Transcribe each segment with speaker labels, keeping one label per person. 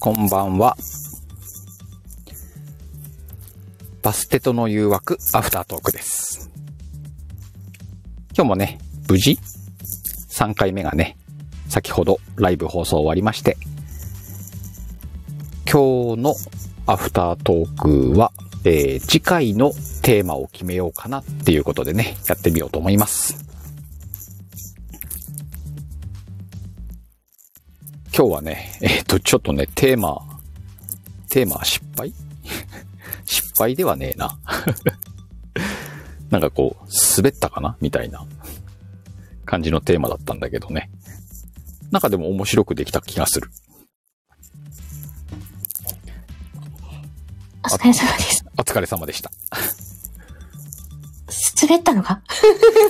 Speaker 1: こんばんは。バステとの誘惑、アフタートークです。今日もね、無事、3回目がね、先ほどライブ放送終わりまして、今日のアフタートークは、えー次回のテーマを決めようかなっていうことでね、やってみようと思います。今日はね、えっ、と、ちょっとね、テーマ、テーマは失敗 失敗ではねえな。 なんかこう、滑ったかなみたいな感じのテーマだったんだけどね。なんかでも面白くできた気がする。
Speaker 2: お疲れ様です。
Speaker 1: お疲れ様でした。
Speaker 2: 滑ったのか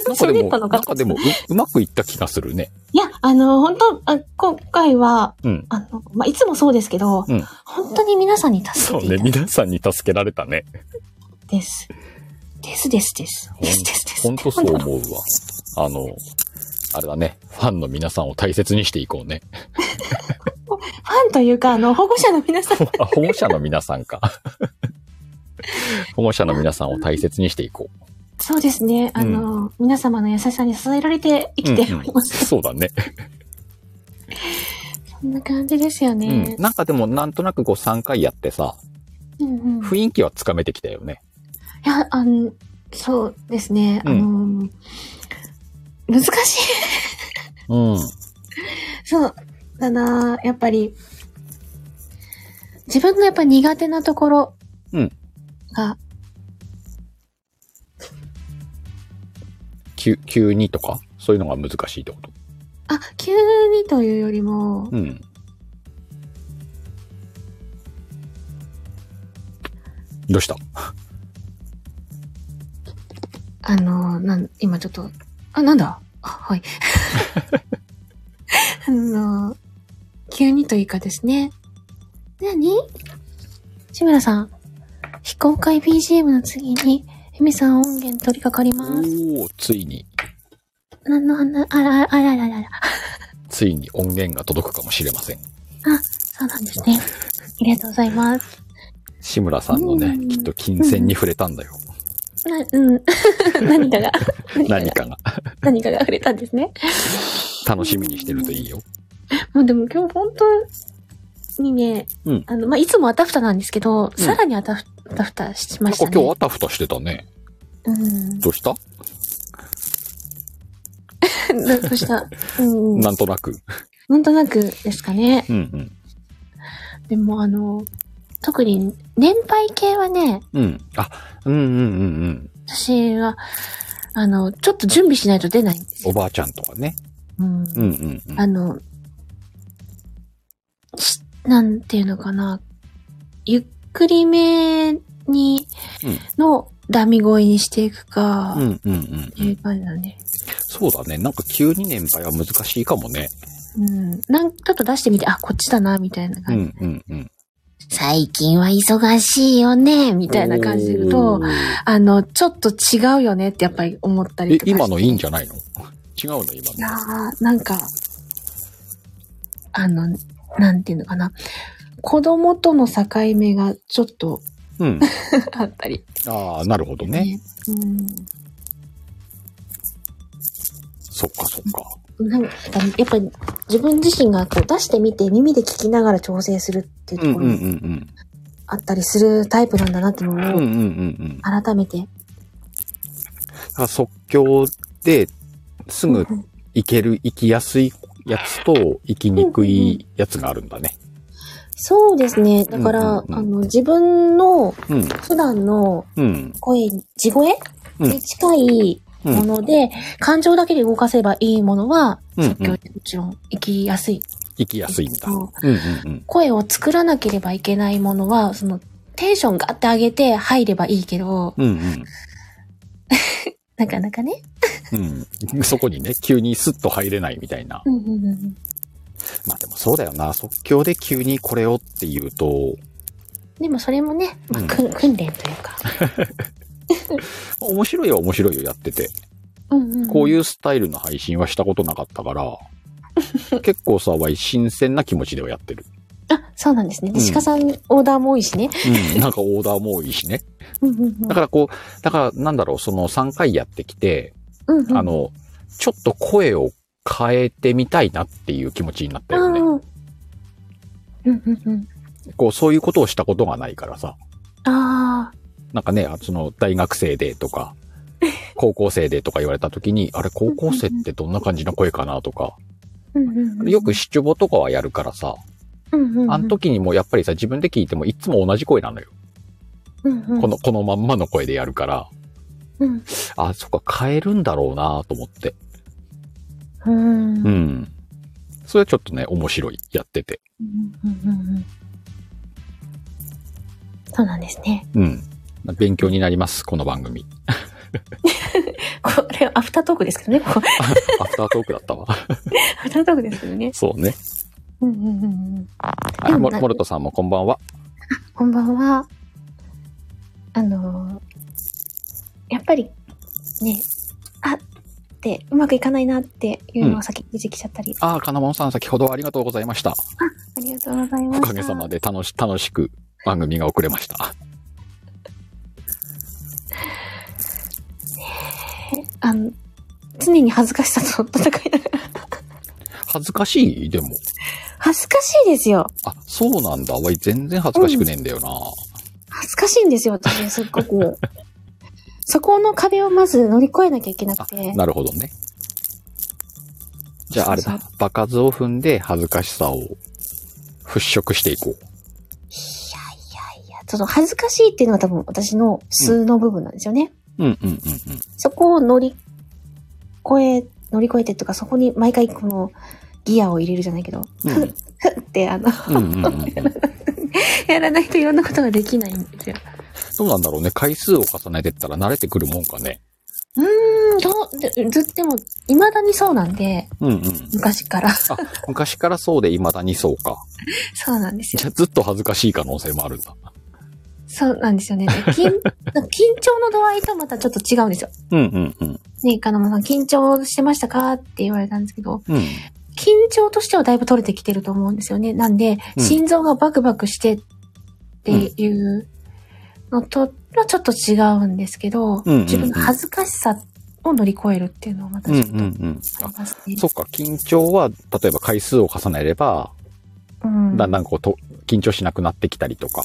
Speaker 1: なんかで
Speaker 2: 滑っ
Speaker 1: も、
Speaker 2: たのか
Speaker 1: なんかでもう、うまくいった気がするね。
Speaker 2: いや、あの、本当あ今回は、
Speaker 1: うん
Speaker 2: あの、まあ、いつもそうですけど、
Speaker 1: うん
Speaker 2: 本当に皆さんに助
Speaker 1: そ
Speaker 2: け
Speaker 1: う
Speaker 2: て
Speaker 1: ね、
Speaker 2: いただいて
Speaker 1: 皆さんに助けられたね。
Speaker 2: です。ですですです。ですですです。
Speaker 1: ほんとそう
Speaker 2: 本
Speaker 1: 思うわ。あの、あれだね、ファンの皆さんを大切にしていこうね。
Speaker 2: 当ファンというか、あの、保護者の皆さん、
Speaker 1: あ、 保護者の皆さんか。 保護者の皆さんを大切にしていこう。
Speaker 2: そうですね、あの、皆様の優しさに支えられて生きております。
Speaker 1: そうだね。
Speaker 2: そんな感じですよ
Speaker 1: うん
Speaker 2: ね。。
Speaker 1: なんかでも、なんとなくこう3回やってさ、
Speaker 2: うん、うん、い
Speaker 1: 雰囲気はつかめてきたよね。
Speaker 2: や、あの、そうですね、
Speaker 1: う
Speaker 2: あの、難しい
Speaker 1: うん。うん
Speaker 2: そうだなぁやっぱり、自分のやっぱ苦手なところ
Speaker 1: うん
Speaker 2: が、
Speaker 1: 急、急にとかそういうのが難しいってこと
Speaker 2: あ、急にというよりも、
Speaker 1: うん。どうした
Speaker 2: あの、なん、今ちょっと、あ、なんだ あ、はい。あの、急にというかですね。なに志村さん、非公開 BGM の次に、エミさん音源取り掛かります。
Speaker 1: おおついに、
Speaker 2: なんの話、あらあらあらあらあら。
Speaker 1: ついに音源が届くかもしれません。
Speaker 2: そうなんですね。ありがとうございます。
Speaker 1: 志村さんのね
Speaker 2: う、ん
Speaker 1: きっと金銭に触れたんだよ。
Speaker 2: な、うん。 何かが。
Speaker 1: 何。かが。
Speaker 2: 何かが触れたんですね。
Speaker 1: 楽しみにしてるといいよ。
Speaker 2: もうでも今日本当にね、
Speaker 1: うん
Speaker 2: あの、まあ、いつもあたふたなんですけど、さらにあたふあたふたし
Speaker 1: な
Speaker 2: ま
Speaker 1: ん
Speaker 2: した
Speaker 1: か
Speaker 2: ね。
Speaker 1: 今日あたふたしてたね。どうした
Speaker 2: うん。 どうした。うん。
Speaker 1: なんとなく。
Speaker 2: なんとなくですかね。
Speaker 1: うん
Speaker 2: でもあの、特に年配系はね、
Speaker 1: うん。うん。あ、うんうんうんうん。
Speaker 2: 私は、あの、ちょっと準備しないと出ないんです
Speaker 1: お
Speaker 2: よ。
Speaker 1: ばあちゃんとかね。
Speaker 2: う
Speaker 1: う
Speaker 2: ん。
Speaker 1: んうんうん。
Speaker 2: あの、しなんていうのかな。ゆっくりめに、
Speaker 1: うん
Speaker 2: のダミ声にしていくか、
Speaker 1: う
Speaker 2: っ
Speaker 1: んうんうん
Speaker 2: て
Speaker 1: う
Speaker 2: い
Speaker 1: ん。
Speaker 2: う感じだね。
Speaker 1: そうだね。なんか急に年配は難しいかもね。
Speaker 2: うん。なん、ちょっと出してみて、あ、こっちだな、みたいな
Speaker 1: う
Speaker 2: 感
Speaker 1: ん
Speaker 2: じ。
Speaker 1: うんうん。
Speaker 2: 最近は忙しいよね、みたいな感じで言う
Speaker 1: お
Speaker 2: と、
Speaker 1: ー。
Speaker 2: あの、ちょっと違うよねってやっぱり思ったり
Speaker 1: え
Speaker 2: と、かして。
Speaker 1: 今のいいんじゃないの違うの今
Speaker 2: いや
Speaker 1: の。
Speaker 2: ー、なんか、あの、なんていうのかな。子供との境目がちょっと
Speaker 1: うん。
Speaker 2: あったり。
Speaker 1: ああ、なるほどね。。
Speaker 2: うん。
Speaker 1: そっかそっか。
Speaker 2: なんか、やっぱり自分自身がこう出してみて耳で聞きながら調整するっていう
Speaker 1: う
Speaker 2: と
Speaker 1: ん
Speaker 2: こ
Speaker 1: うん
Speaker 2: ろ
Speaker 1: う
Speaker 2: も
Speaker 1: ん
Speaker 2: あったりするタイプなんだなっていう
Speaker 1: うん。
Speaker 2: の
Speaker 1: うんう
Speaker 2: を
Speaker 1: んうんうん。
Speaker 2: 改めて。
Speaker 1: だから即興ですぐ行ける、行きやすいやつと行きにくいやつがあるんだね。
Speaker 2: そうですね。だから、
Speaker 1: うんうんうん
Speaker 2: あの、自分の
Speaker 1: うん。
Speaker 2: 普段の
Speaker 1: うん。
Speaker 2: 声に、地声
Speaker 1: うん
Speaker 2: に近いもので、感情だけで動かせばいいものは、
Speaker 1: うんうん
Speaker 2: 即興でもちろん生きやすい
Speaker 1: 行きやすいんだ。
Speaker 2: そう
Speaker 1: うんうん
Speaker 2: 声を作らなければいけないものは、その、テンションガッて上げて入ればいいけど、
Speaker 1: うん。うんうん。
Speaker 2: なかなかね。
Speaker 1: うん、そこにね、急にスッと入れないみたいな。
Speaker 2: うんうんうん
Speaker 1: まあでもそうだよな、即興で急にこれをっていうと、
Speaker 2: でもそれもね、まあ
Speaker 1: うん
Speaker 2: 訓訓練というか。
Speaker 1: 面白いは面白いをやってて、
Speaker 2: うんうん。
Speaker 1: こういううスタイルの配信はしたことなかったから、結構さ、わい新鮮な気持ちではやってる。
Speaker 2: あ、そうなんですね。で
Speaker 1: うん
Speaker 2: 鹿さん、オーダーも多いしね。
Speaker 1: うん、なんかオーダーも多いしね。
Speaker 2: うんうんうん
Speaker 1: だからこう、だからなんだろう、その3回やってきて、
Speaker 2: うんうん
Speaker 1: あ、の、ちょっと声を変えてみたいなっていう気持ちになったよね。
Speaker 2: うんうんうん。
Speaker 1: こう、そういうことをしたことがないからさ。
Speaker 2: ああ、
Speaker 1: なんかね、あその、大学生でとか、高校生でとか言われた時に、あれ、高校生ってどんな感じの声かなとか、
Speaker 2: うんうんうん。
Speaker 1: よく、シチュボとかはやるからさ、
Speaker 2: うんうんうん、
Speaker 1: あの時にもやっぱりさ、自分で聞いてもいつも同じ声なのよ。
Speaker 2: うんうん、
Speaker 1: この、このまんまの声でやるから、
Speaker 2: うん、
Speaker 1: あ、そっか、変えるんだろうなと思って。
Speaker 2: うん、
Speaker 1: う
Speaker 2: うん
Speaker 1: ん。それはちょっとね、面白い、やってて。
Speaker 2: うんうん。そうなんですね。
Speaker 1: うん。勉強になります、この番組。
Speaker 2: これはアフタートークですけどね、ここ。
Speaker 1: アフタートークだったわ。
Speaker 2: アフタートークですけどね。
Speaker 1: そうね。
Speaker 2: うんうんうんうん。
Speaker 1: はい、モモルトさんもこんばんは。
Speaker 2: こんばんは。あのーやっぱり、ね、あって、うまくいかないなっていうのを先に出てきちゃったり、
Speaker 1: ああ、金物さん先ほどはありがとうございました。
Speaker 2: ありがとうございま
Speaker 1: お
Speaker 2: す。
Speaker 1: かげさまで楽し、楽しく番組が遅れました。
Speaker 2: あの、常に恥ずかしさと戦いながら。
Speaker 1: 恥ずかしいでも。
Speaker 2: 恥ずかしいですよ。
Speaker 1: あ、そうなんだ。わい、全然恥ずかしくねえんだよな。
Speaker 2: 恥ずかしいんですよ、私、すっごく。 そこの壁をまず乗り越えなきゃいけなくて
Speaker 1: あ、。なるほどね。じゃああれ
Speaker 2: そ
Speaker 1: だ
Speaker 2: うそ。
Speaker 1: 場数を踏んで恥ずかしさを払拭していこう。
Speaker 2: いや、その恥ずかしいっていうのが多分私の数の部分なんですよね。
Speaker 1: うんうんうんうん。
Speaker 2: そこを乗り越え、乗り越えてとか、そこに毎回このギアを入れるじゃないけど、
Speaker 1: うん
Speaker 2: ふっってあの、
Speaker 1: うんうん うんうん。
Speaker 2: やらないといろんなことができないんですよ。
Speaker 1: どうなんだろうね。回数を重ねてったら慣れてくるもんかね。
Speaker 2: うーん、どうで、ずっても、未だにそうなんで、
Speaker 1: うんうん。
Speaker 2: 昔から。
Speaker 1: あ、昔からそうで未だにそうか。
Speaker 2: そうなんですよ
Speaker 1: じ。ゃあずっと恥ずかしい可能性もあるんだ。
Speaker 2: そうなんですよね。で緊 なんか緊張の度合いとまたちょっと違うんですよ。
Speaker 1: うんうんうん。
Speaker 2: ねえ、かのまさん、緊張してましたかって言われたんですけど、
Speaker 1: うん。
Speaker 2: 緊張としてはだいぶ取れてきてると思うんですよね。なんで、
Speaker 1: うん
Speaker 2: 心臓がバクバクしてっていうのとはちょっと違うんですけ
Speaker 1: う
Speaker 2: ど、
Speaker 1: んうんうん
Speaker 2: 自分の恥ずかしさを乗り越えるっていうのはまた
Speaker 1: うん
Speaker 2: ち
Speaker 1: う
Speaker 2: ょ
Speaker 1: ん
Speaker 2: っとあ
Speaker 1: う
Speaker 2: り
Speaker 1: ん。あ
Speaker 2: ますね。
Speaker 1: そっか、緊張は、例えば回数を重ねれば、
Speaker 2: うん
Speaker 1: だんだんこうと、緊張しなくなってきたりとか。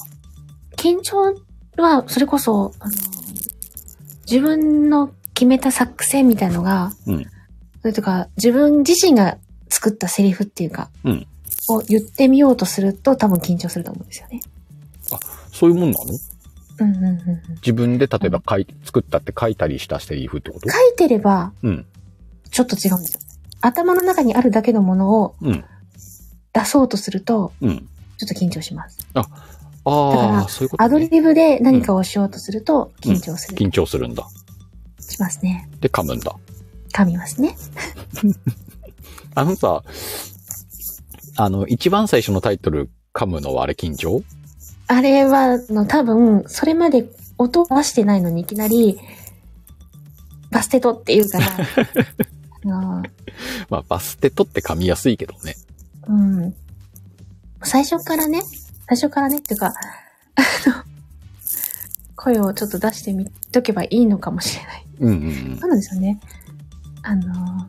Speaker 2: 緊張は、それこそ、あの、自分の決めた作戦みたいのが、
Speaker 1: うん
Speaker 2: それとか、自分自身が作ったセリフっていうか、
Speaker 1: うん
Speaker 2: を言ってみようとすると多分緊張すると思うんですよね。
Speaker 1: そういうもんなの
Speaker 2: うんうんうんうん。
Speaker 1: 自分で例えば書い、作ったって書いたりしたセリフってこと
Speaker 2: 書いてれば、
Speaker 1: うん。
Speaker 2: ちょっと違うんですよ。頭の中にあるだけのものを
Speaker 1: うん。
Speaker 2: 出そうとすると、
Speaker 1: うん。
Speaker 2: ちょっと緊張します。だか
Speaker 1: ああ、
Speaker 2: ら
Speaker 1: そういうこと、
Speaker 2: アドリ
Speaker 1: ね。
Speaker 2: ブで何かをしようとすると、緊張する、
Speaker 1: 緊張するんだ。
Speaker 2: しますね。
Speaker 1: で、噛むんだ。
Speaker 2: 噛みますね。
Speaker 1: あのさ、あの、一番最初のタイトル、噛むのはあれ緊張
Speaker 2: あれは、あの多分、それまで音を出してないのにいきなり、バステトって言 うから、あの、
Speaker 1: まあ、バステ取って噛みやすいけどね。
Speaker 2: うん。最初からね、最初からねっていうか、あの、声をちょっと出してみとけばいいのかもしれない。
Speaker 1: うんうんうん
Speaker 2: そ。うなんですよね。あの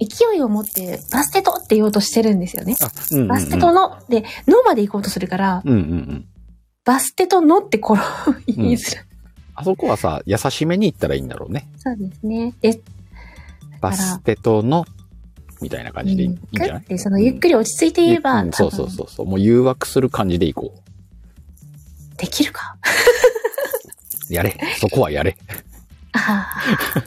Speaker 2: 勢いを持って、バステトって言おうとしてるんですよね。
Speaker 1: あ、うんうんうん。
Speaker 2: バステトの、で、のまで行こうとするから、
Speaker 1: うんうんうん。
Speaker 2: バステトのってこの言いづらい。
Speaker 1: あそこはさ、優しめに言ったらいいんだろうね。
Speaker 2: そうですね。で、
Speaker 1: バステトの、みたいな感じでいいんじゃ
Speaker 2: う
Speaker 1: なんい
Speaker 2: で、その、ゆっくり落ち着いて言えば、
Speaker 1: うん
Speaker 2: 多
Speaker 1: そ
Speaker 2: 分
Speaker 1: うそうそうそう。もう誘惑する感じでいこ
Speaker 2: できるか。
Speaker 1: う。 やれ。そこはやれ。
Speaker 2: ああ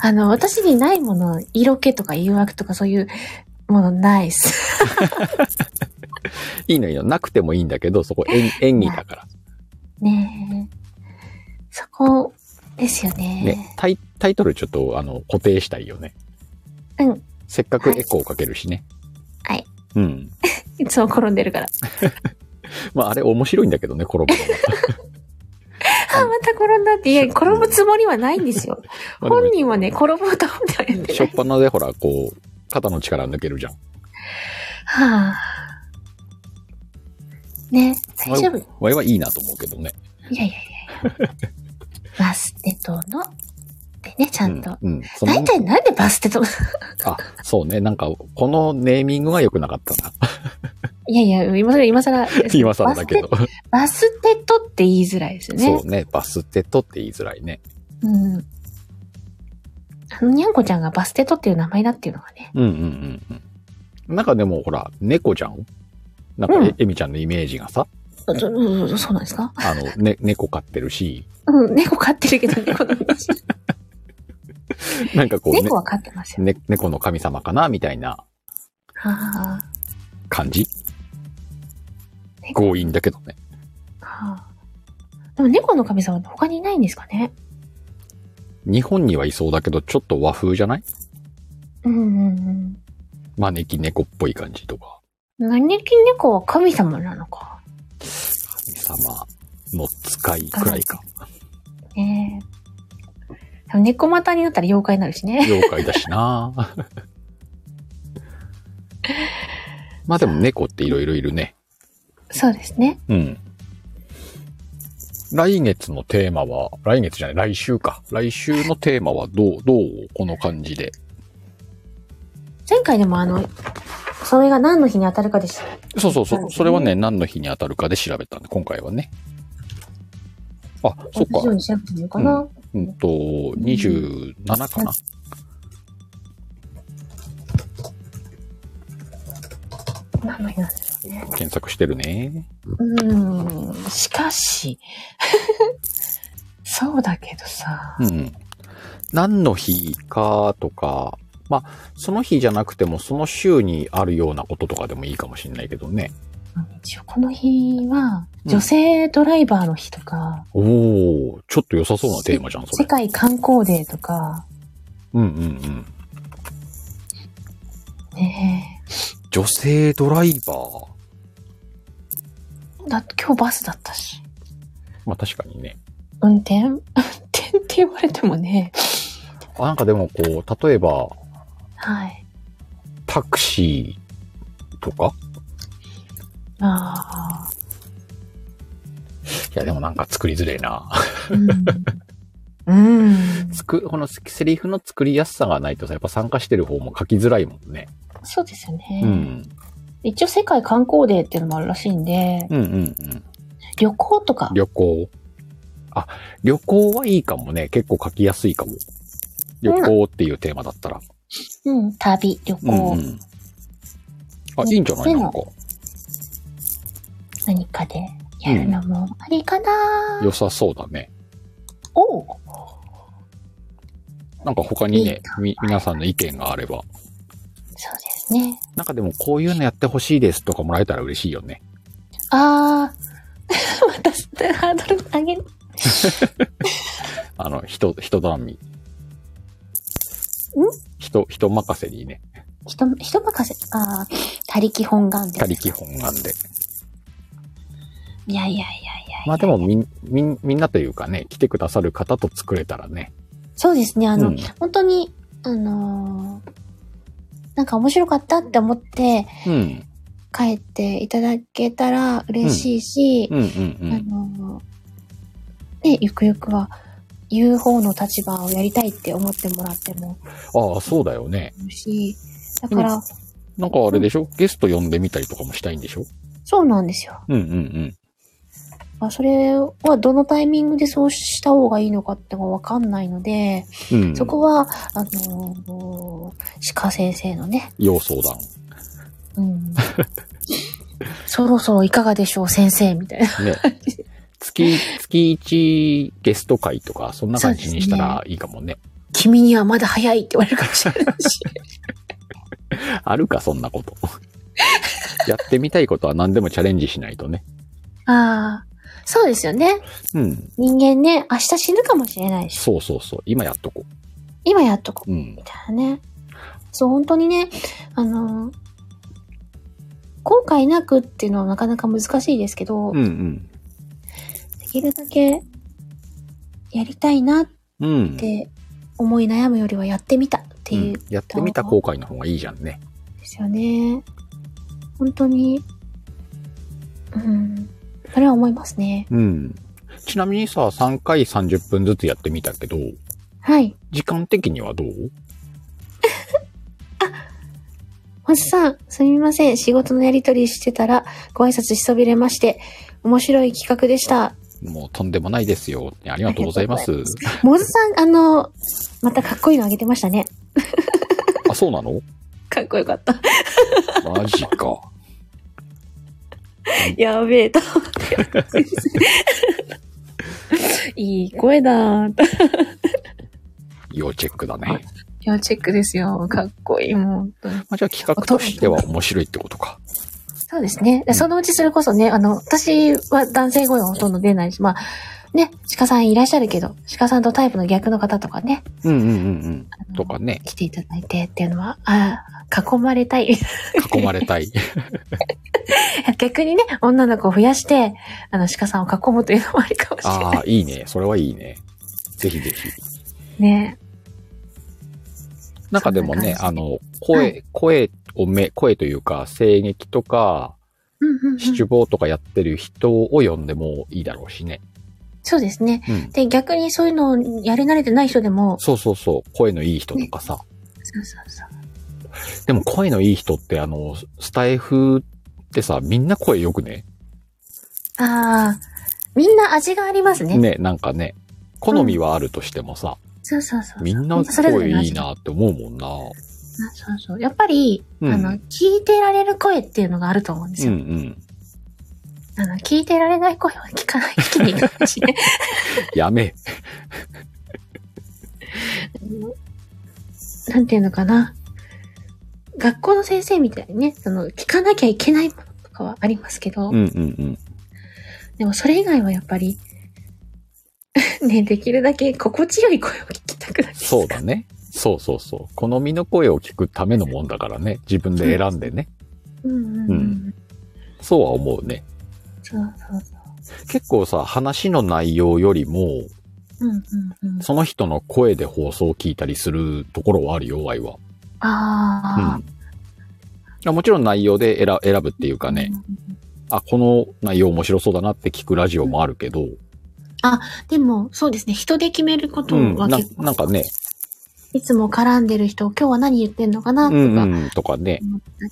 Speaker 2: あの、私にないもの、色気とか誘惑とかそういうものないっす。
Speaker 1: いいのいいの。なくてもいいんだけど、そこ演演技だから。
Speaker 2: ねえ。そこですよね。
Speaker 1: ね。タイタイトルちょっと、あの、固定したいよね。
Speaker 2: うん。
Speaker 1: せっかくエコーかけるしね。
Speaker 2: はい。
Speaker 1: うん。
Speaker 2: いつも転んでるから。
Speaker 1: まあ、あれ面白いんだけどね、転ぶの が。
Speaker 2: あ、また転んだって。いや、転ぶつもりはないんですよ。
Speaker 1: まあでも
Speaker 2: 本人はね、転ぼうと思ってはやって
Speaker 1: し
Speaker 2: な
Speaker 1: ょっ
Speaker 2: い。
Speaker 1: ぱなでほら、こう、肩の力抜けるじゃん。
Speaker 2: はあ。ね、大丈夫。
Speaker 1: わいはいいなと思うけどね。
Speaker 2: いやいやいやいや。バステとの、でね、ちゃんと。
Speaker 1: うん。うん、その
Speaker 2: 大体なんでバステと、
Speaker 1: あ、そうね。なんか、このネーミングは良くなかったな。
Speaker 2: いやいや、今更、今更。
Speaker 1: 今更だけど。
Speaker 2: バステとって言いづらいですよね
Speaker 1: そ。うね。バステトって言いづらいね。
Speaker 2: うん。あの、にゃんこちゃんがバステトっていう名前だっていうのがね。
Speaker 1: うんうんうんうん。なんかでもほら、猫じゃんなんかえ、
Speaker 2: うん
Speaker 1: えみちゃんのイメージがさ、
Speaker 2: そそそうなんですか
Speaker 1: あの、ね、 猫飼ってるし、
Speaker 2: うん、猫飼ってるけど、猫のイメ ージ
Speaker 1: なんかこうね、
Speaker 2: 猫は飼ってますよ。
Speaker 1: ね猫の神様かなみたいな
Speaker 2: は
Speaker 1: 感じ
Speaker 2: 猫
Speaker 1: 強引だけどね。
Speaker 2: あ、はあ。でも猫の神様って他にいないんですかね
Speaker 1: 日本にはいそうだけど、ちょっと和風じゃない
Speaker 2: うんうん
Speaker 1: 招き猫っぽい感じとか。
Speaker 2: うん。招き猫は神様なのか。
Speaker 1: 神様の使いくらいか。
Speaker 2: ねえ。でも猫股になったら妖怪になるしね。
Speaker 1: 妖怪だしなまあでも猫っていろいろいるね。
Speaker 2: そうですね。
Speaker 1: うん。来月のテーマは、来月じゃない、来週か。来週のテーマはどう、どうこの感じで。
Speaker 2: 前回でもあの、それが何の日に当たるかでした。
Speaker 1: そうそうそ
Speaker 2: そう
Speaker 1: う。
Speaker 2: ですね
Speaker 1: それはね、何の日に当たるかで調べたんで、今回はね。あ、そっか。
Speaker 2: 同じようにしなくてもいいかな。
Speaker 1: うんと、27かな。
Speaker 2: 何の日なんですかね。
Speaker 1: 検索してるね。
Speaker 2: うーん。しかし、 そうだけどさ。
Speaker 1: うん。何の日かとか、まあ、その日じゃなくても、その週にあるようなこととかでもいいかもしれないけどね。
Speaker 2: 一応この日は、
Speaker 1: うん
Speaker 2: 女性ドライバーの日とか、
Speaker 1: おー、ちょっと良さそうなテーマじゃん、そ
Speaker 2: 世
Speaker 1: れ。
Speaker 2: 界観光デーとか、
Speaker 1: うんうんうん。
Speaker 2: ね
Speaker 1: 女性ドライバー。
Speaker 2: え。だって今日バスだったし。
Speaker 1: まあ確かにね。
Speaker 2: 運転 運転って言われてもね。
Speaker 1: あなんかでもこう、例えば、
Speaker 2: はい。
Speaker 1: タクシーとか
Speaker 2: あ
Speaker 1: いやでもなんか作りづれえな。
Speaker 2: あ。 うん。うん。
Speaker 1: つく、このセリフの作りやすさがないとさ、やっぱ参加してる方も書きづらいもんね。
Speaker 2: そうですよね。
Speaker 1: うん。
Speaker 2: 一応世界観光デーっていうのもあるらしいんで、
Speaker 1: うんうんうん。
Speaker 2: 旅行とか、
Speaker 1: 旅行。あ、旅行はいいかもね。結構書きやすいかも。旅行っていうテーマだったら。
Speaker 2: うん、旅、旅
Speaker 1: うん、うん、
Speaker 2: 行、
Speaker 1: あ、いいんじゃないなんか。
Speaker 2: 何かでやるのもありかな、
Speaker 1: 良さそうだね。
Speaker 2: おう
Speaker 1: なんか他にね、
Speaker 2: い
Speaker 1: み、皆さんの意見があれば。
Speaker 2: そうですね。
Speaker 1: なんかでもこういうのやってほしいですとかもらえたら嬉しいよね。
Speaker 2: あ あ、私ってハードル上げる。
Speaker 1: あの、人、人段み。人、人任せにね、
Speaker 2: 人、人任せ、ああ、他力本願で
Speaker 1: 他
Speaker 2: す。
Speaker 1: 力本願で。
Speaker 2: いやいやいやいや。
Speaker 1: まあでもみん、みん、みんなというかね、来てくださる方と作れたらね。
Speaker 2: そうですね、あの、
Speaker 1: うん
Speaker 2: 本当に、あのーなんか面白かったって思って
Speaker 1: うん。
Speaker 2: 帰っていただけたら嬉しいし、
Speaker 1: うんうんう
Speaker 2: あ
Speaker 1: ん。
Speaker 2: のーね、ゆくゆくは、言う方の立場をやりたいって思ってもらっても
Speaker 1: ああ、そうだよね。
Speaker 2: いいし、だから、
Speaker 1: うなんかあれでしょゲスト呼んでみたりとかもしたいんでしょ
Speaker 2: そうなんですよ。
Speaker 1: うんうんうん。
Speaker 2: あそれはどのタイミングでそうした方がいいのかってのがわかんないので、
Speaker 1: うん。
Speaker 2: そこは、あのー、鹿先生のね、
Speaker 1: 要相談。
Speaker 2: うん、そろそろいかがでしょう先生みたいな。
Speaker 1: ね。 月、月1ゲスト会とか、そんな感じにしたらいいかもね。
Speaker 2: 君にはまだ早いって言われるかもしれない し。
Speaker 1: あるか、そんなこと。 やってみたいことは何でもチャレンジしないとね。
Speaker 2: ああ、そうですよね。
Speaker 1: うん。
Speaker 2: 人間ね、明日死ぬかもしれないし、
Speaker 1: そうそうそう。今やっとこ
Speaker 2: 今やっとこう。
Speaker 1: う。うん
Speaker 2: み。たいなね。そう、本当にね、あのー後悔なくっていうのはなかなか難しいですけ
Speaker 1: う
Speaker 2: ど、
Speaker 1: んうん。
Speaker 2: できるだけやりたいなっ
Speaker 1: うん。
Speaker 2: て思い悩むよりはやってみたっていう
Speaker 1: うん
Speaker 2: ん
Speaker 1: やってみた後悔の方がいいじゃんね。
Speaker 2: ですよね。本当に、うん。それは思いますね。
Speaker 1: うん。ちなみにさ、3回30分ずつやってみたけど、
Speaker 2: はい。
Speaker 1: 時間的にはどう
Speaker 2: 星さん、すみません。仕事のやりとりしてたら、ご挨拶しそびれまして、面白い企画でした。
Speaker 1: もうとんでもないですよ。ありがとうございます。
Speaker 2: ありモズさん、あの、またかっこいいのあげてましたね。
Speaker 1: あ、そうなの
Speaker 2: かっこよかった。
Speaker 1: マジか。
Speaker 2: やべえと 思って。いい声だ。
Speaker 1: 要チェックだね。
Speaker 2: 要チェックですよ。かっこいい、もう。
Speaker 1: まあ、じゃあ企画としては面白いってことか。
Speaker 2: そうですね。でそのうちそれこそね、あの、私は男性声はほとんど出ないし、まあ、ね、鹿さんいらっしゃるけど、鹿さんとタイプの逆の方とかね、
Speaker 1: うんうんうんうん。とかね、
Speaker 2: 来ていただいてっていうのは、ああ、囲まれたい。
Speaker 1: 囲まれたい。
Speaker 2: 逆にね、女の子を増やして、あの、鹿さんを囲むというのもありかも しれない。
Speaker 1: ああ、いいね。それはいいね。ぜひぜひ。
Speaker 2: ね。
Speaker 1: なんかでもね、
Speaker 2: そ
Speaker 1: あ
Speaker 2: んな感じ
Speaker 1: の、声、
Speaker 2: は
Speaker 1: 声をめ、声というか、声劇とか、
Speaker 2: うんうんうん、
Speaker 1: 七望とかやってる人を呼んでもいいだろうしね。
Speaker 2: そうですね。
Speaker 1: うん。
Speaker 2: で、逆にそういうのをやり慣れてない人でも、
Speaker 1: そうそうそう。声のいい人とかさ。
Speaker 2: そうそうそう。
Speaker 1: でも声のいい人って、あの、スタイフってさ、みんな声良くね。
Speaker 2: ああ、みんな味がありますね。
Speaker 1: ね、なんかね、好みはあるとしてもさ、
Speaker 2: そうそうそう。
Speaker 1: みんな
Speaker 2: それぞれ
Speaker 1: 声
Speaker 2: の
Speaker 1: いい
Speaker 2: 味
Speaker 1: なって思うもんな。
Speaker 2: そうそう。やっぱり、
Speaker 1: うん
Speaker 2: あの、聞いてられる声っていうのがあると思うんです
Speaker 1: うんう
Speaker 2: よ。
Speaker 1: ん。
Speaker 2: あの、聞いてられない声は聞かない、聞きに行くし ね。
Speaker 1: やめ。
Speaker 2: なんていうのかな。学校の先生みたいにね、その、聞かなきゃいけないものとかはありますけど、
Speaker 1: うんうんうん。
Speaker 2: でもそれ以外はやっぱり、 ね、できるだけ心地よい声を聞きたくなる。
Speaker 1: そうだね。そうそうそう。好みの声を聞くためのもんだからね。自分で選んでね。
Speaker 2: うんうんうん。
Speaker 1: うそうは思うね。
Speaker 2: そうそうそ
Speaker 1: 結構さ、話の内容よりも、
Speaker 2: う。うんうんうん。
Speaker 1: その人の声で放送を聞いたりするところはあるよ、ワイは。
Speaker 2: あ
Speaker 1: う
Speaker 2: あ。
Speaker 1: ん。あもちろん内容で選選ぶっていうかね、あ、この内容面白そうだなって聞くラジオもあるけど、
Speaker 2: でも、そうですね。人で決めること
Speaker 1: うん、
Speaker 2: は
Speaker 1: な
Speaker 2: 結構、
Speaker 1: なんかね、
Speaker 2: いつも絡んでる人、今日は何言ってんのかな
Speaker 1: う
Speaker 2: とか
Speaker 1: ん
Speaker 2: 思っ
Speaker 1: うん、とかね、
Speaker 2: た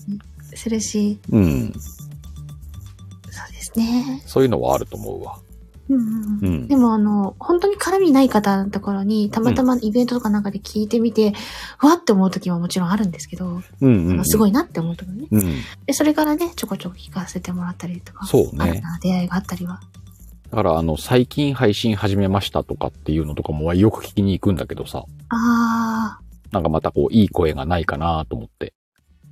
Speaker 2: りするし、
Speaker 1: うん、
Speaker 2: そうですね。
Speaker 1: そういうのはあると思うわ。
Speaker 2: うんう
Speaker 1: うんん
Speaker 2: で。もあの、本当に絡みない方のところに、たまたまイベントとかなんかで聞いてみて、ふわって思う時はもちろんあるんですけど、
Speaker 1: うん、
Speaker 2: あ
Speaker 1: う
Speaker 2: の
Speaker 1: ん。
Speaker 2: すごいなって思う時ね。
Speaker 1: うん。
Speaker 2: で、それからね、ちょこちょこ聞かせてもらったりとか、
Speaker 1: そう
Speaker 2: 新た
Speaker 1: ね。
Speaker 2: な出会いがあったりは。
Speaker 1: だから、あの、最近配信始めましたとかっていうのとかもよく聞きに行くんだけどさ、
Speaker 2: あー、
Speaker 1: なんかまたこう、いい声がないかなと思って。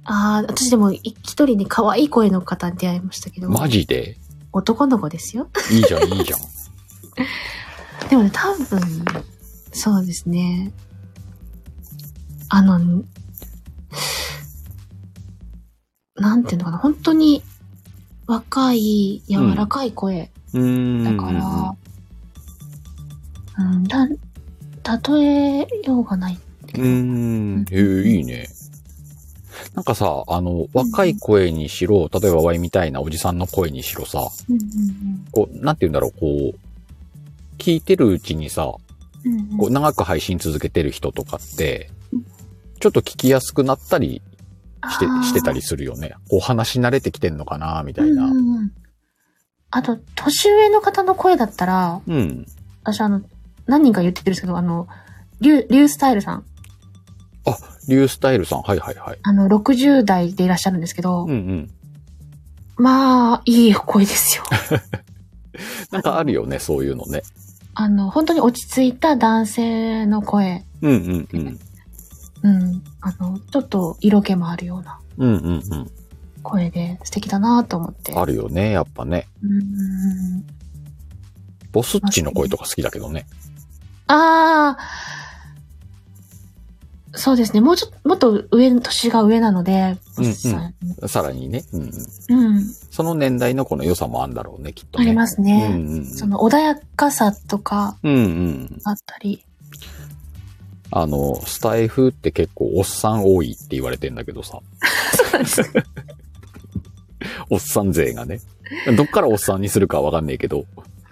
Speaker 2: あー、私でもい一人ね、可愛い声の方に出会いましたけど、
Speaker 1: マジで
Speaker 2: 男の子ですよ。
Speaker 1: いいじゃん、いいじゃん。
Speaker 2: でもね、多分、そうですね。あの、なんていうのかな、本当に若い、柔らかい声
Speaker 1: うーん。
Speaker 2: だから、うん、だ、例えようがない。
Speaker 1: うーん、えー、いいね。なんかさ、あの、若い声にしろ、例えばワイみたいなおじさんの声にしろさ、
Speaker 2: うんうん
Speaker 1: こう、なんて言うんだろう、こう、聞いてるうちにさ、
Speaker 2: うんうんうん
Speaker 1: こう、長く配信続けてる人とかって、ちょっと聞きやすくなったりして、してたりするよね。こう、話し慣れてきてんのかな、みたい
Speaker 2: あー
Speaker 1: な
Speaker 2: う。んうんうんあと、年上の方の声だったら、
Speaker 1: うん。
Speaker 2: 私あの、何人か言ってるんですけど、あの、リュウ、リュウスタイルさん、
Speaker 1: リュースタイルさん、はいはいはい。
Speaker 2: あの、60代でいらっしゃるんですけど、
Speaker 1: うんうん。
Speaker 2: まあ、いい声ですよ。
Speaker 1: なんかあるよね、そういうのね。
Speaker 2: あの、本当に落ち着いた男性の声。
Speaker 1: うんうんうん。
Speaker 2: うん。あの、ちょっと色気もあるような
Speaker 1: うんうんうん。
Speaker 2: 声で素敵だなと思って。
Speaker 1: あるよね、やっぱね。
Speaker 2: うん。
Speaker 1: ボスッチの声とか好きだけどね。
Speaker 2: ああ。そうですね。もうちょっと、もっと上、年が上なので、
Speaker 1: うんうん
Speaker 2: 星さん
Speaker 1: さらにね、うんうん。
Speaker 2: うん。
Speaker 1: その年代のこの良さもあるんだろうね、きっと
Speaker 2: あ
Speaker 1: ね。
Speaker 2: ります
Speaker 1: う
Speaker 2: ね。
Speaker 1: んうん。
Speaker 2: その穏やかさとか
Speaker 1: うんうん。
Speaker 2: あったり。
Speaker 1: あの、スタイフって結構おっさん多い って言われてんだけどさ、
Speaker 2: そうなんです。
Speaker 1: おっさん勢がね。どっからおっさんにするかはわかんねえけど、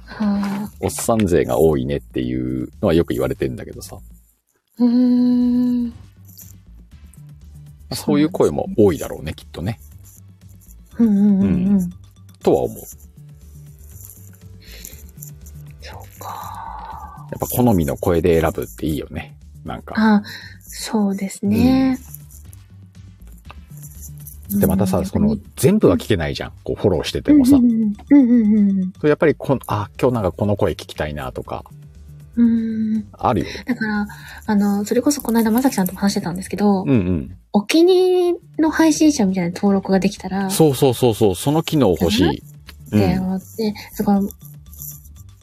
Speaker 2: はあ、
Speaker 1: おっさん勢が多いねっていうのはよく言われてんだけどさ。
Speaker 2: うーん。
Speaker 1: そういう声も多いだろうね、きっとね。
Speaker 2: うんうんうんうん。
Speaker 1: とは思う。
Speaker 2: そうか。
Speaker 1: やっぱ好みの声で選ぶっていいよね。なんか。
Speaker 2: あ、そうですね。
Speaker 1: で、またさ、その、全部は聞けないじゃん。こう、フォローしてて
Speaker 2: で
Speaker 1: も
Speaker 2: も
Speaker 1: さ
Speaker 2: う。んうんうん
Speaker 1: やっぱりこの、あ、今日なんかこの声聞きたいなとか、
Speaker 2: うんうん。うん。
Speaker 1: あるよ。
Speaker 2: だから、あの、それこそこの間まさきさんとも話してたんですけど、
Speaker 1: うんうん。
Speaker 2: お気に入りの配信者みたいな登録ができたら、
Speaker 1: そうそうそうそう、その機能欲しい。う
Speaker 2: って
Speaker 1: ん。
Speaker 2: 思って、そこ、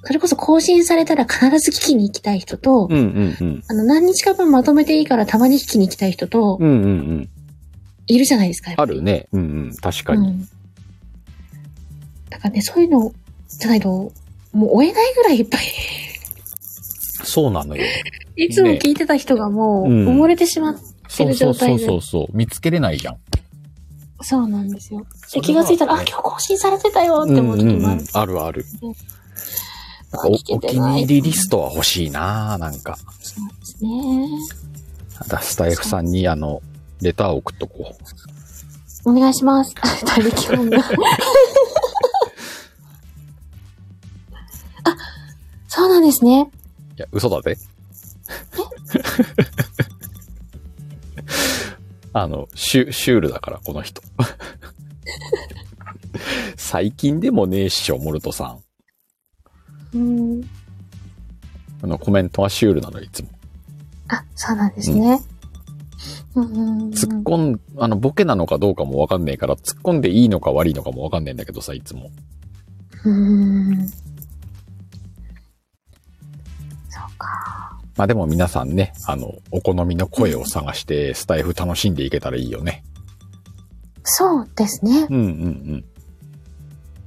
Speaker 2: それこそ更新されたら必ず聞きに行きたい人と、
Speaker 1: うんうんうん。
Speaker 2: あの、何日か分まとめていいからたまに聞きに行きたい人と、
Speaker 1: うんうんうん。
Speaker 2: いるじゃないですか。やっ
Speaker 1: あ
Speaker 2: ぱり
Speaker 1: るね。うんうん。確かに。
Speaker 2: うん。だからね、そういうの、じゃないと、もう追えないぐらいいっぱい、
Speaker 1: そうなのよ。
Speaker 2: いつも聞いてた人がもう、
Speaker 1: うん
Speaker 2: 埋もれてしまって、
Speaker 1: そう
Speaker 2: る
Speaker 1: そう
Speaker 2: 状態
Speaker 1: そう
Speaker 2: で
Speaker 1: そうそう。見つけれないじゃん。
Speaker 2: そうなんですよ。
Speaker 1: それ
Speaker 2: で、
Speaker 1: は
Speaker 2: 気がついたら、あ、
Speaker 1: ね
Speaker 2: 今日更新されてたよ
Speaker 1: う
Speaker 2: って
Speaker 1: んう
Speaker 2: 思うん時も
Speaker 1: う
Speaker 2: ある。
Speaker 1: ん。あるある。なんか
Speaker 2: あ聞
Speaker 1: おお
Speaker 2: け
Speaker 1: 気
Speaker 2: てない
Speaker 1: に入りリストは欲しいななんか。
Speaker 2: そうですね。
Speaker 1: ただスタイフさんに、あの、レターを送っとこう。
Speaker 2: お願い します。だいぶ気分が。あ、そうなんですね。
Speaker 1: いや、嘘だぜ。 あの、シュ、シュールだから、この人。最近でもねえっしょ、モルトさん。
Speaker 2: うん。
Speaker 1: あの、コメントはシュールなの、いつも。
Speaker 2: あ、そうなんですね。うんうんうん。
Speaker 1: 突っ込ん、あの、ボケなのかどうかもわかんねえから、突っ込んでいいのか悪いのかもわかんねえんだけどさ、いつも。
Speaker 2: うん。そうか。
Speaker 1: まあでも皆さんね、あの、お好みの声を探して、スタイフ楽しんでいけたらいいよね。
Speaker 2: そうですね。
Speaker 1: うんうん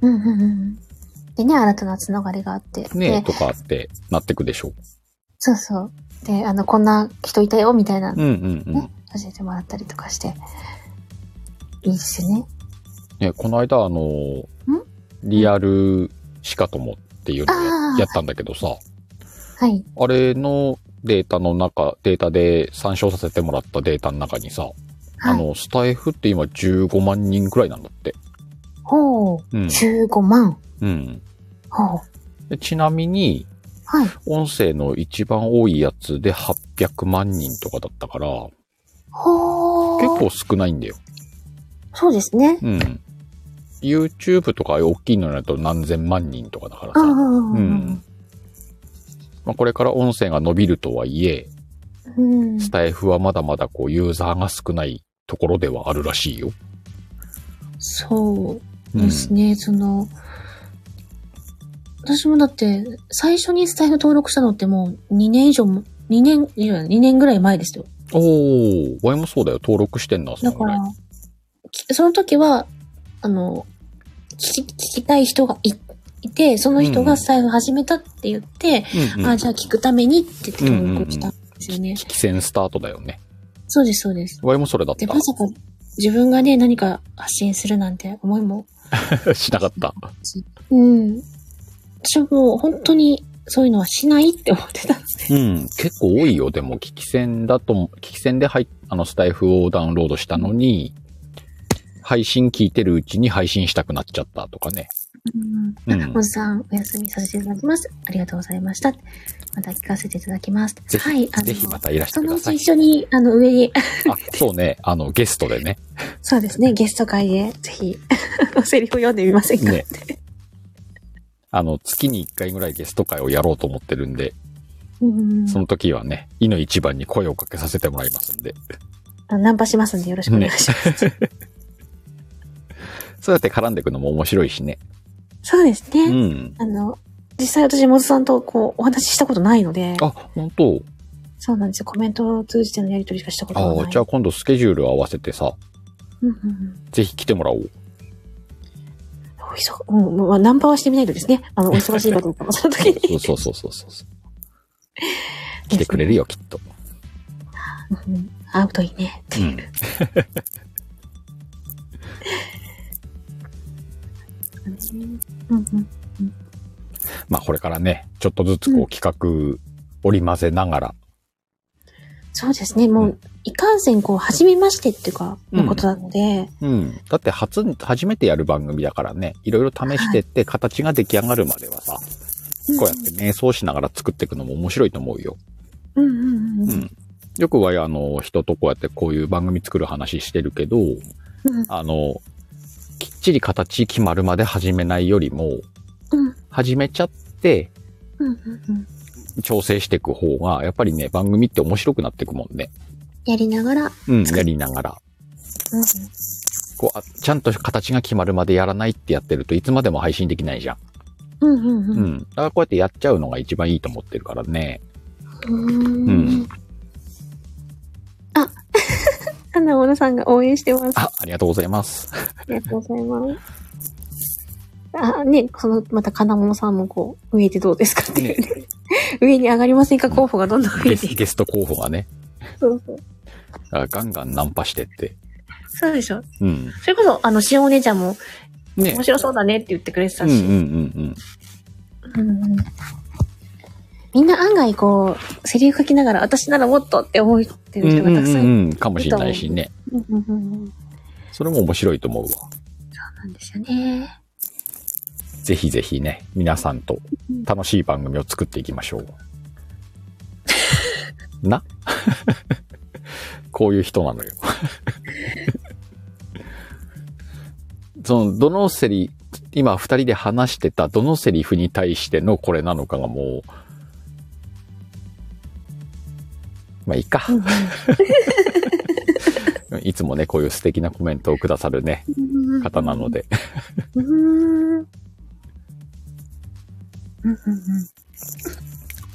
Speaker 2: うんうんうん。でね、新たなつながりがあって。
Speaker 1: うん。ねえ、
Speaker 2: で、
Speaker 1: とかってなってくでしょ
Speaker 2: そうそう。で、あの、こんな人いたよ、みたいな、
Speaker 1: う。
Speaker 2: ね、
Speaker 1: うんうんうん。
Speaker 2: 教えてもらったりとかして。いいですよね。
Speaker 1: ね、この間あの
Speaker 2: ん、
Speaker 1: リアルシカトモっていうのを
Speaker 2: あ
Speaker 1: や
Speaker 2: ー
Speaker 1: やったんだけどさ、
Speaker 2: はい。
Speaker 1: あれのデータの中、データで参照させてもらったデータの中にさ、
Speaker 2: はい
Speaker 1: あの、スタイフって今15万人くらいなんだって。
Speaker 2: ほう。
Speaker 1: うん。
Speaker 2: 15万。
Speaker 1: うん。
Speaker 2: ほう。
Speaker 1: でちなみに、
Speaker 2: はい。
Speaker 1: 音声の一番多いやつで800万人とかだったから、
Speaker 2: ほう。
Speaker 1: 結構。少ないんだよ。
Speaker 2: そうですね。
Speaker 1: うん。YouTube とかああいう大きいのだと何千万人とかだから
Speaker 2: う
Speaker 1: さ。
Speaker 2: んうんう
Speaker 1: うんんまあ、これから音声が伸びるとはいえ、
Speaker 2: うん。うん。
Speaker 1: スタイフはまだまだこうユーザーが少ないところではあるらしいよ。
Speaker 2: そう。
Speaker 1: うん
Speaker 2: ですね、その、私もだって、最初にスタイフ登録したのってもう2年以上も、2年、いや、2年ぐらい前ですよ。
Speaker 1: おー、ワイもそうだよ。登録してんな、そ
Speaker 2: だ
Speaker 1: の
Speaker 2: か
Speaker 1: ぐらい
Speaker 2: ら。、きその時は、あの、聞き、聞きたい人がい、いて、その人
Speaker 1: うんうん
Speaker 2: がスタイフ始めたって言って、
Speaker 1: うんうん
Speaker 2: あ、じゃあ聞くためにって言って登録したんですよね。
Speaker 1: 危戦スタートだよね。
Speaker 2: そうです、そうです。
Speaker 1: ワイもそれだっ
Speaker 2: で、まさか自分がね、何か発信するなんて思いも
Speaker 1: た。 しなかった。
Speaker 2: うん。私はもう本当にそういうのはしないって思ってた。
Speaker 1: うん。結構多いよ。でも、危機戦だとも、危機戦で入っあの、スタイフをダウンロードしたのに、配信聞いてるうちに配信したくなっちゃったとかね。
Speaker 2: う。
Speaker 1: うんん
Speaker 2: あおじさん、お休みさせていただきます。ありがとうございました。また聞かせていただきます。
Speaker 1: ぜひ、
Speaker 2: はい、あの、
Speaker 1: ぜひまたいらして
Speaker 2: そ
Speaker 1: く
Speaker 2: の
Speaker 1: だ
Speaker 2: うち
Speaker 1: さい。
Speaker 2: 一緒に、あの、上に、
Speaker 1: あ、そうね。あの、ゲストでね。
Speaker 2: そうですね、ゲスト会で、ぜひ、 あの、セリフを読んでみませんか、
Speaker 1: ね。あの、月に1回ぐらいゲスト会をやろうと思ってるんで、
Speaker 2: うん。
Speaker 1: その時はね、いの一番に声をかけさせてもらいますんで。
Speaker 2: あのナンパしますんでよろしくお願いします。
Speaker 1: そうやって絡んでいくのも面白いしね。
Speaker 2: そうですね。
Speaker 1: うん。
Speaker 2: あの、実際私、モズさんとこう、お話ししたことないので、
Speaker 1: あ、本当
Speaker 2: そうなんですよ。コメントを通じてのやりとりしかしたことがない。
Speaker 1: ああ、じゃあ今度スケジュール合わせてさ、
Speaker 2: うんうんうん
Speaker 1: ぜひ来てもらおう。
Speaker 2: お忙、うん、まあ、ナンパはしてみないとですね。あの、お忙しいかどうかも、その時に。
Speaker 1: そうそうそうそうそう。 来てくれるよ、きっと。
Speaker 2: うん。会うといいね。
Speaker 1: うん。
Speaker 2: ね。うんうん。
Speaker 1: まあこれからね、ちょっとずつこ
Speaker 2: う
Speaker 1: う企画織り交ぜながら、
Speaker 2: そうですね。も
Speaker 1: う
Speaker 2: う、いかんせん、こう、初めましてっていうか、
Speaker 1: うん
Speaker 2: のことなので、
Speaker 1: うん。だって初、初めてやる番組だからね、いろいろ試してって形が出来上がるまではさ、こうやって瞑想しながら作っていくのも面白いと思うよ。
Speaker 2: うんうんうん。
Speaker 1: うん。よくは、あの、人とこうやってこういう番組作る話してるけど、
Speaker 2: うん
Speaker 1: あの、きっちり形決まるまで始めないよりも、
Speaker 2: うん
Speaker 1: 始めちゃって
Speaker 2: うんうんうん。
Speaker 1: 調整していく方が、やっぱりね、番組って面白くなっていくもんね。
Speaker 2: やりながら、
Speaker 1: うん、やりながら。
Speaker 2: うん
Speaker 1: こうあ、ちゃんと形が決まるまでやらないってやってるといつまでも配信できないじゃん。
Speaker 2: うんうん
Speaker 1: う
Speaker 2: うん。
Speaker 1: ん。だからこうやってやっちゃうのが一番いいと思ってるからね。
Speaker 2: う。
Speaker 1: うん
Speaker 2: あ、 花物さんが応援してます。あ
Speaker 1: あ、ありがとうござい ます。
Speaker 2: りがとうございます。あ、ね、その、また金物さんもこう、上でどう ですかっていうね。上に上がりませんか候補がどんどん増
Speaker 1: ゲ
Speaker 2: えて
Speaker 1: ス
Speaker 2: いく。
Speaker 1: ゲスト候補がね、
Speaker 2: そうそう。
Speaker 1: あガンガンナンパしてって。
Speaker 2: そうでしょ。
Speaker 1: うん。
Speaker 2: それこそ、あの、しおお姉ちゃんも、
Speaker 1: ね
Speaker 2: 面白そうだねって言ってくれて
Speaker 1: う
Speaker 2: た
Speaker 1: んうん
Speaker 2: し。
Speaker 1: うん
Speaker 2: うんうんみんな案外こう、セリフ書きながら、私ならもっとって思って
Speaker 1: うん。
Speaker 2: る人がたくさんいる。
Speaker 1: うんうんうん、かもしれないしね。
Speaker 2: うんうんうんうん
Speaker 1: それも面白いと思うわ。
Speaker 2: なんですよね。
Speaker 1: ぜひぜひね、皆さんと楽しい番組を作っていきましょう。 な こういう人なのよ。 その、どのセリ、今二人で話してたどのセリフに対してのこれなのかがもう、まあいいか。いつもね、こういう素敵なコメントをくださるね、方なので。
Speaker 2: うーん。うんうんうん。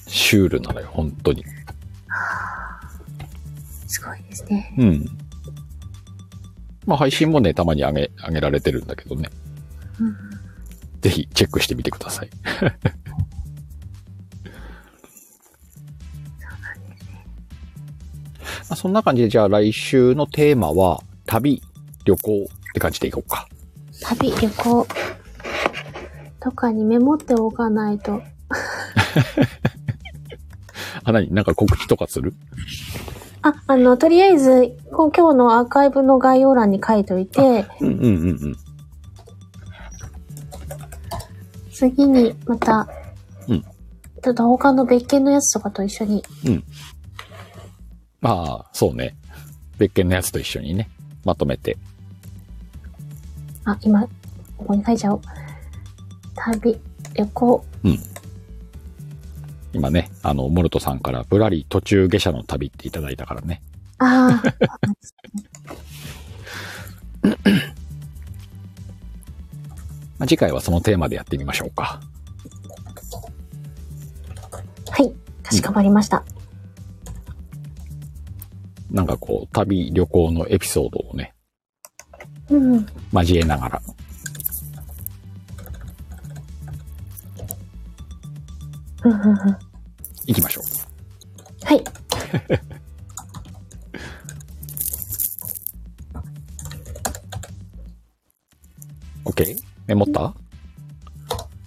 Speaker 1: シュールなのよ、本当に。
Speaker 2: すごいですね。
Speaker 1: うん。まあ、配信もね、たまに上げ、上げられてるんだけどね。
Speaker 2: うんうん
Speaker 1: ぜひチェックしてみてください。 まあそんな感じで、じゃあ来週のテーマは、旅、旅行って感じでいこうか。
Speaker 2: 旅、旅行とかにメモっておかないと。
Speaker 1: あ、なになんか告知とかする
Speaker 2: あ、あの、とりあえず、こう今日のアーカイブの概要欄に書いといて、
Speaker 1: うんうんうんうん。
Speaker 2: 次にまた、
Speaker 1: うん
Speaker 2: ちょっと他の別件のやつとかと一緒に、
Speaker 1: まあ、そうね。別件のやつと一緒にね、まとめて。
Speaker 2: あ、今、ここに書いちゃおう。旅、旅行。
Speaker 1: 今ね、あの、モルトさんから、ぶらり途中下車の旅っていただいたからね。
Speaker 2: あ あ、
Speaker 1: まあ、次回はそのテーマでやってみましょうか。
Speaker 2: はい。かしこまりました。
Speaker 1: なんかこう、旅、旅行のエピソードをね、
Speaker 2: うんうん。
Speaker 1: 交えながら。
Speaker 2: うんうんうん。は
Speaker 1: 行きましょう。
Speaker 2: い。
Speaker 1: OK? メモった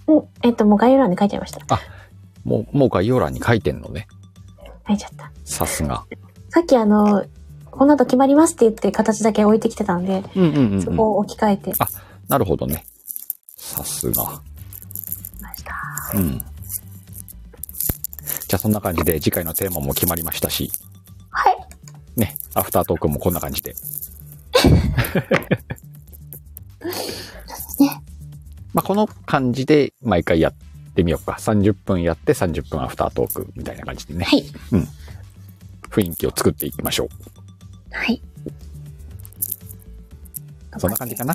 Speaker 2: うん。えっと、もう概要欄に書いちゃいました。
Speaker 1: もう、もう概要欄に書いてんのね。
Speaker 2: 書いちゃった。
Speaker 1: さすが。
Speaker 2: さっきあの、この後決まりますって言って形だけ置いてきてたんで、
Speaker 1: うんうん
Speaker 2: そこを置き換えて
Speaker 1: なるほどね。さすが。
Speaker 2: ました。
Speaker 1: うん。じゃあそんな感じで次回のテーマも決まりましたし、
Speaker 2: はい。
Speaker 1: ね、アフタートークもこんな感じで。
Speaker 2: ね。
Speaker 1: まあ、この感じで毎回やってみようか。30分やって30分アフタートークみたいな感じでね、
Speaker 2: はい。
Speaker 1: 雰囲気を作っていきましょう。
Speaker 2: はい。
Speaker 1: そんな感じかな。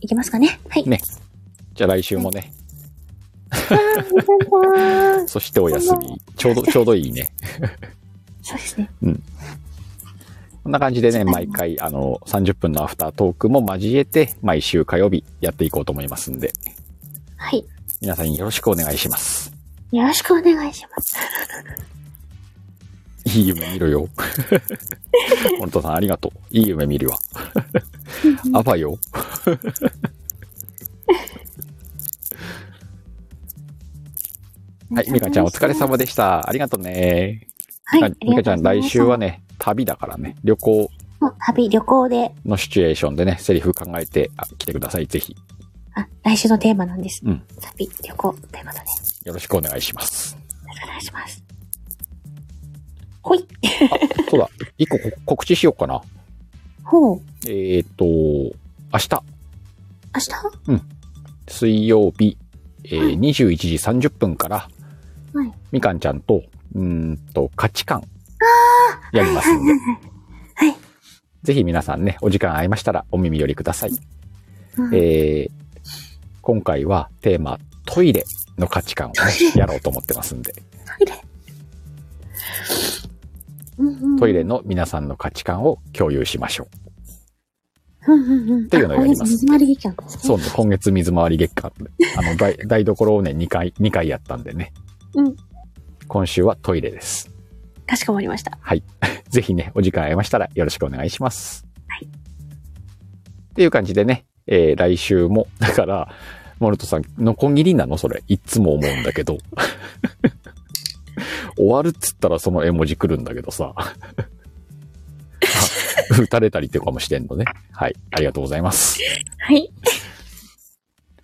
Speaker 2: いきますかね。はい。
Speaker 1: ねじゃあ来週もね、そしてお休み。ちょう ど、ちょうどいいね。
Speaker 2: そうですね。
Speaker 1: こんな感じでね、毎回、あの、30分のアフタートークも交えて、毎週火曜日やっていこうと思いますんで、
Speaker 2: はい。
Speaker 1: 皆さんよろしくお願いします。
Speaker 2: よろしくお願いします。
Speaker 1: いい夢見ろ よ。本当さんありがとう。いい 夢見るわ。あばよ。はい、ミカちゃんお疲れ様でした。ありがとうね。
Speaker 2: はい。あ
Speaker 1: あミ
Speaker 2: り
Speaker 1: カ
Speaker 2: が
Speaker 1: ちゃ
Speaker 2: とうんござい
Speaker 1: 来
Speaker 2: ます
Speaker 1: 週はね、旅だからね、旅行
Speaker 2: もう旅、旅行で、
Speaker 1: のシチュエーションでね、セリフ考えてあ来てください。ぜひ、
Speaker 2: あ、来週のテーマなんです。
Speaker 1: うん
Speaker 2: 旅、旅行、テーマだね。
Speaker 1: よろしくお願いし ます。
Speaker 2: お願いします。ほい。
Speaker 1: そうだ、一個こ告知しようかな。
Speaker 2: ほう。
Speaker 1: えっ、と、明日、
Speaker 2: 明日
Speaker 1: 水曜日、えー21時30分から、
Speaker 2: はい
Speaker 1: みかんちゃんと、うーんと、価値観、やりますん で。
Speaker 2: はいはい
Speaker 1: ぜひ皆さんね、お時間合いましたらお耳寄りください。
Speaker 2: うん
Speaker 1: えー今回はテーマ、トイレの価値観をねやろうと思ってますんで、
Speaker 2: トイレ。うんうん
Speaker 1: トイレ。の皆さんの価値観を共有しましょう。
Speaker 2: うんうんうん。って
Speaker 1: いうのをやります
Speaker 2: 水回り劇なんですね。
Speaker 1: そうね、今月水回り月間、あ の、台台所をね、2回、2回やったんでね。
Speaker 2: うん
Speaker 1: 今週はトイレです。
Speaker 2: かしこまりました。
Speaker 1: ぜひね、お時間ありましたらよろしくお願いします。っていう感じでね、えー来週も、 だから、モルトさん、ノコギリなのそれ。いつも思うんだけど。 終わるっつったらその絵文字来るんだけどさ。 あ打たれたりとかもしてんのね。はい。ありがとうございます。
Speaker 2: はい。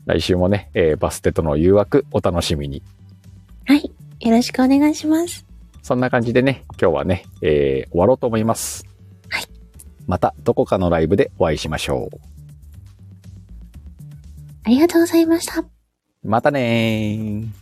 Speaker 1: 来週もね、えーバステとの誘惑お楽しみに。
Speaker 2: はい。よろしくお願いします。
Speaker 1: そんな感じでね、今日はね、えー終わろうと思います。
Speaker 2: はい。
Speaker 1: またどこかのライブでお会いしましょ
Speaker 2: ありがとうございました。
Speaker 1: う。またねー。